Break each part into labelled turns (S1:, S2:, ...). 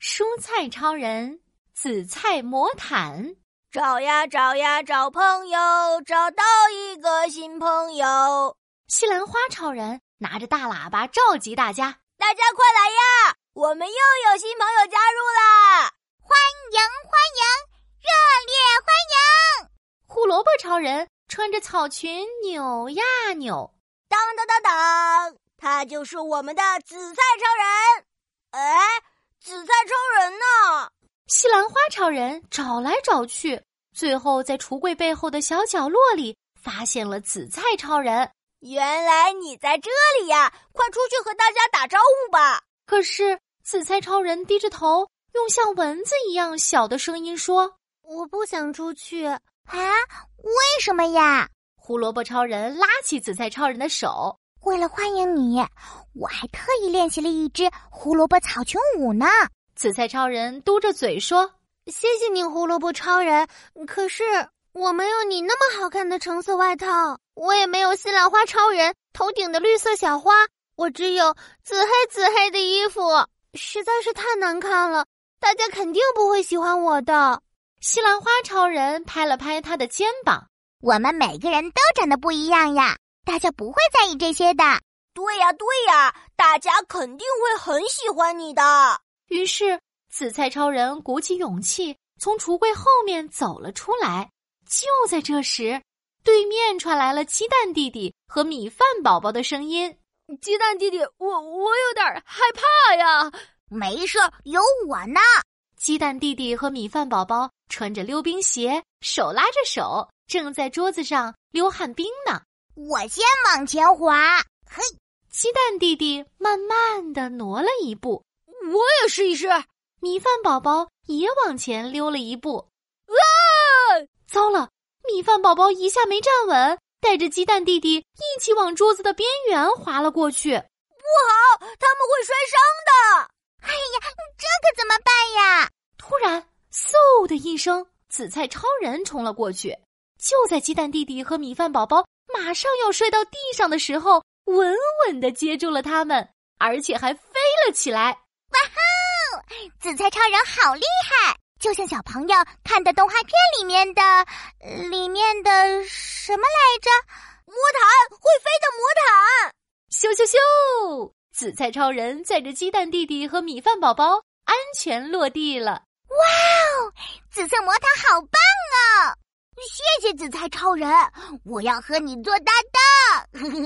S1: 蔬菜超人、紫菜魔毯。
S2: 找呀找呀找朋友，找到一个新朋友。
S1: 西兰花超人拿着大喇叭召集大家，
S2: 大家快来呀！我们又有新朋友加入啦！
S3: 欢迎欢迎，热烈欢迎！
S1: 胡萝卜超人穿着草裙扭呀扭，
S2: 当当当当，他就是我们的紫菜超人。哎，紫菜超人呢？
S1: 西兰花超人找来找去，最后在橱柜背后的小角落里发现了紫菜超人。
S2: 原来你在这里呀！快出去和大家打招呼吧。
S1: 可是紫菜超人低着头，用像蚊子一样小的声音说
S4: 我不想出去。
S3: 啊，为什么呀？：“
S1: 胡萝卜超人拉起紫菜超人的手。
S3: 为了欢迎你，我还特意练习了一支胡萝卜草裙舞呢。”
S1: 紫菜超人嘟着嘴说
S4: 谢谢你，胡萝卜超人。可是我没有你那么好看的橙色外套，我也没有西兰花超人头顶的绿色小花，我只有紫黑紫黑的衣服，实在是太难看了。大家肯定不会喜欢我的。：“
S1: 西兰花超人拍了拍他的肩膀。
S3: 我们每个人都长得不一样呀，大家不会在意这些的。
S2: 对呀对呀，大家肯定会很喜欢你的。”
S1: 于是紫菜超人鼓起勇气从橱柜后面走了出来。就在这时，对面传来了鸡蛋弟弟和米饭宝宝的声音。
S4: 鸡蛋弟弟，我我有点害怕呀。
S3: 没事，有我呢。
S1: 鸡蛋弟弟和米饭宝宝穿着溜冰鞋，手拉着手，正在桌子上溜旱冰呢。
S3: 我先往前滑，嘿，
S1: 鸡蛋弟弟慢慢的挪了一步，
S4: 我也试一试。
S1: 米饭宝宝也往前溜了一步。哇！糟了，米饭宝宝一下没站稳，带着鸡蛋弟弟一起往桌子的边缘滑了过去。
S2: 不好，他们会摔伤的。
S3: 哎这可怎么办呀？
S1: 突然，嗖的一声，紫菜超人冲了过去。就在鸡蛋弟弟和米饭宝宝马上要摔到地上的时候，稳稳的接住了他们，而且还飞了起来。
S3: 紫菜超人好厉害，就像小朋友看的动画片里面的，呃里面的什么来着？
S2: 魔毯会飞的魔毯。
S1: 咻咻咻！紫菜超人载着鸡蛋弟弟和米饭宝宝安全落地了。
S3: 紫色魔毯好棒哦！谢谢紫菜超人，我要和你做搭档。呵呵，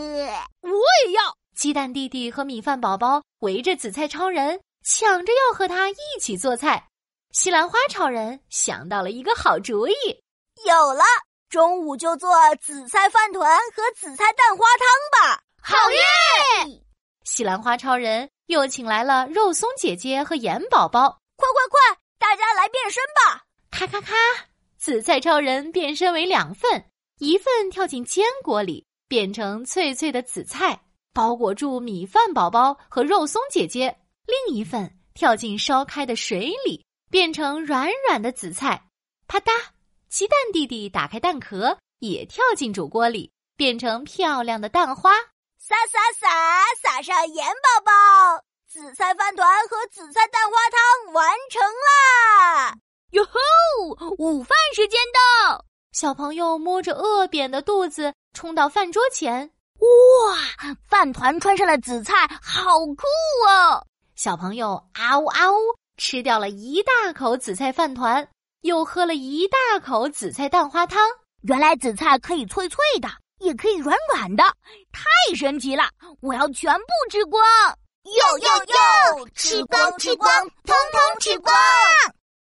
S2: 我也要。
S1: 鸡蛋弟弟和米饭宝宝围着紫菜超人，抢着要和他一起做菜。西兰花超人想到了一个好主意。
S2: 有了，中午就做紫菜饭团和紫菜蛋花汤吧。
S3: 好耶！
S1: 西兰花超人又请来了肉松姐姐和盐宝宝，
S2: 快快快，大家来变身吧！
S1: 咔咔咔！紫菜超人变身为两份，一份跳进坚果里，变成脆脆的紫菜，包裹住米饭宝宝和肉松姐姐；另一份跳进烧开的水里，变成软软的紫菜。啪嗒！鸡蛋弟弟打开蛋壳，也跳进煮锅里，变成漂亮的蛋花。
S2: 撒撒撒，撒上盐宝宝，紫菜饭团和紫菜蛋花汤完成啦！
S4: 哟吼！午饭时间到。
S1: 小朋友摸着饿扁的肚子冲到饭桌前。
S3: 饭团穿上了紫菜，好酷哦！
S1: 小朋友啊呜啊呜吃掉了一大口紫菜饭团，又喝了一大口紫菜蛋花汤。
S3: 原来紫菜可以脆脆的，也可以软软的，太神奇了！我要全部吃光！哟
S2: 哟哟吃光吃光通通吃光！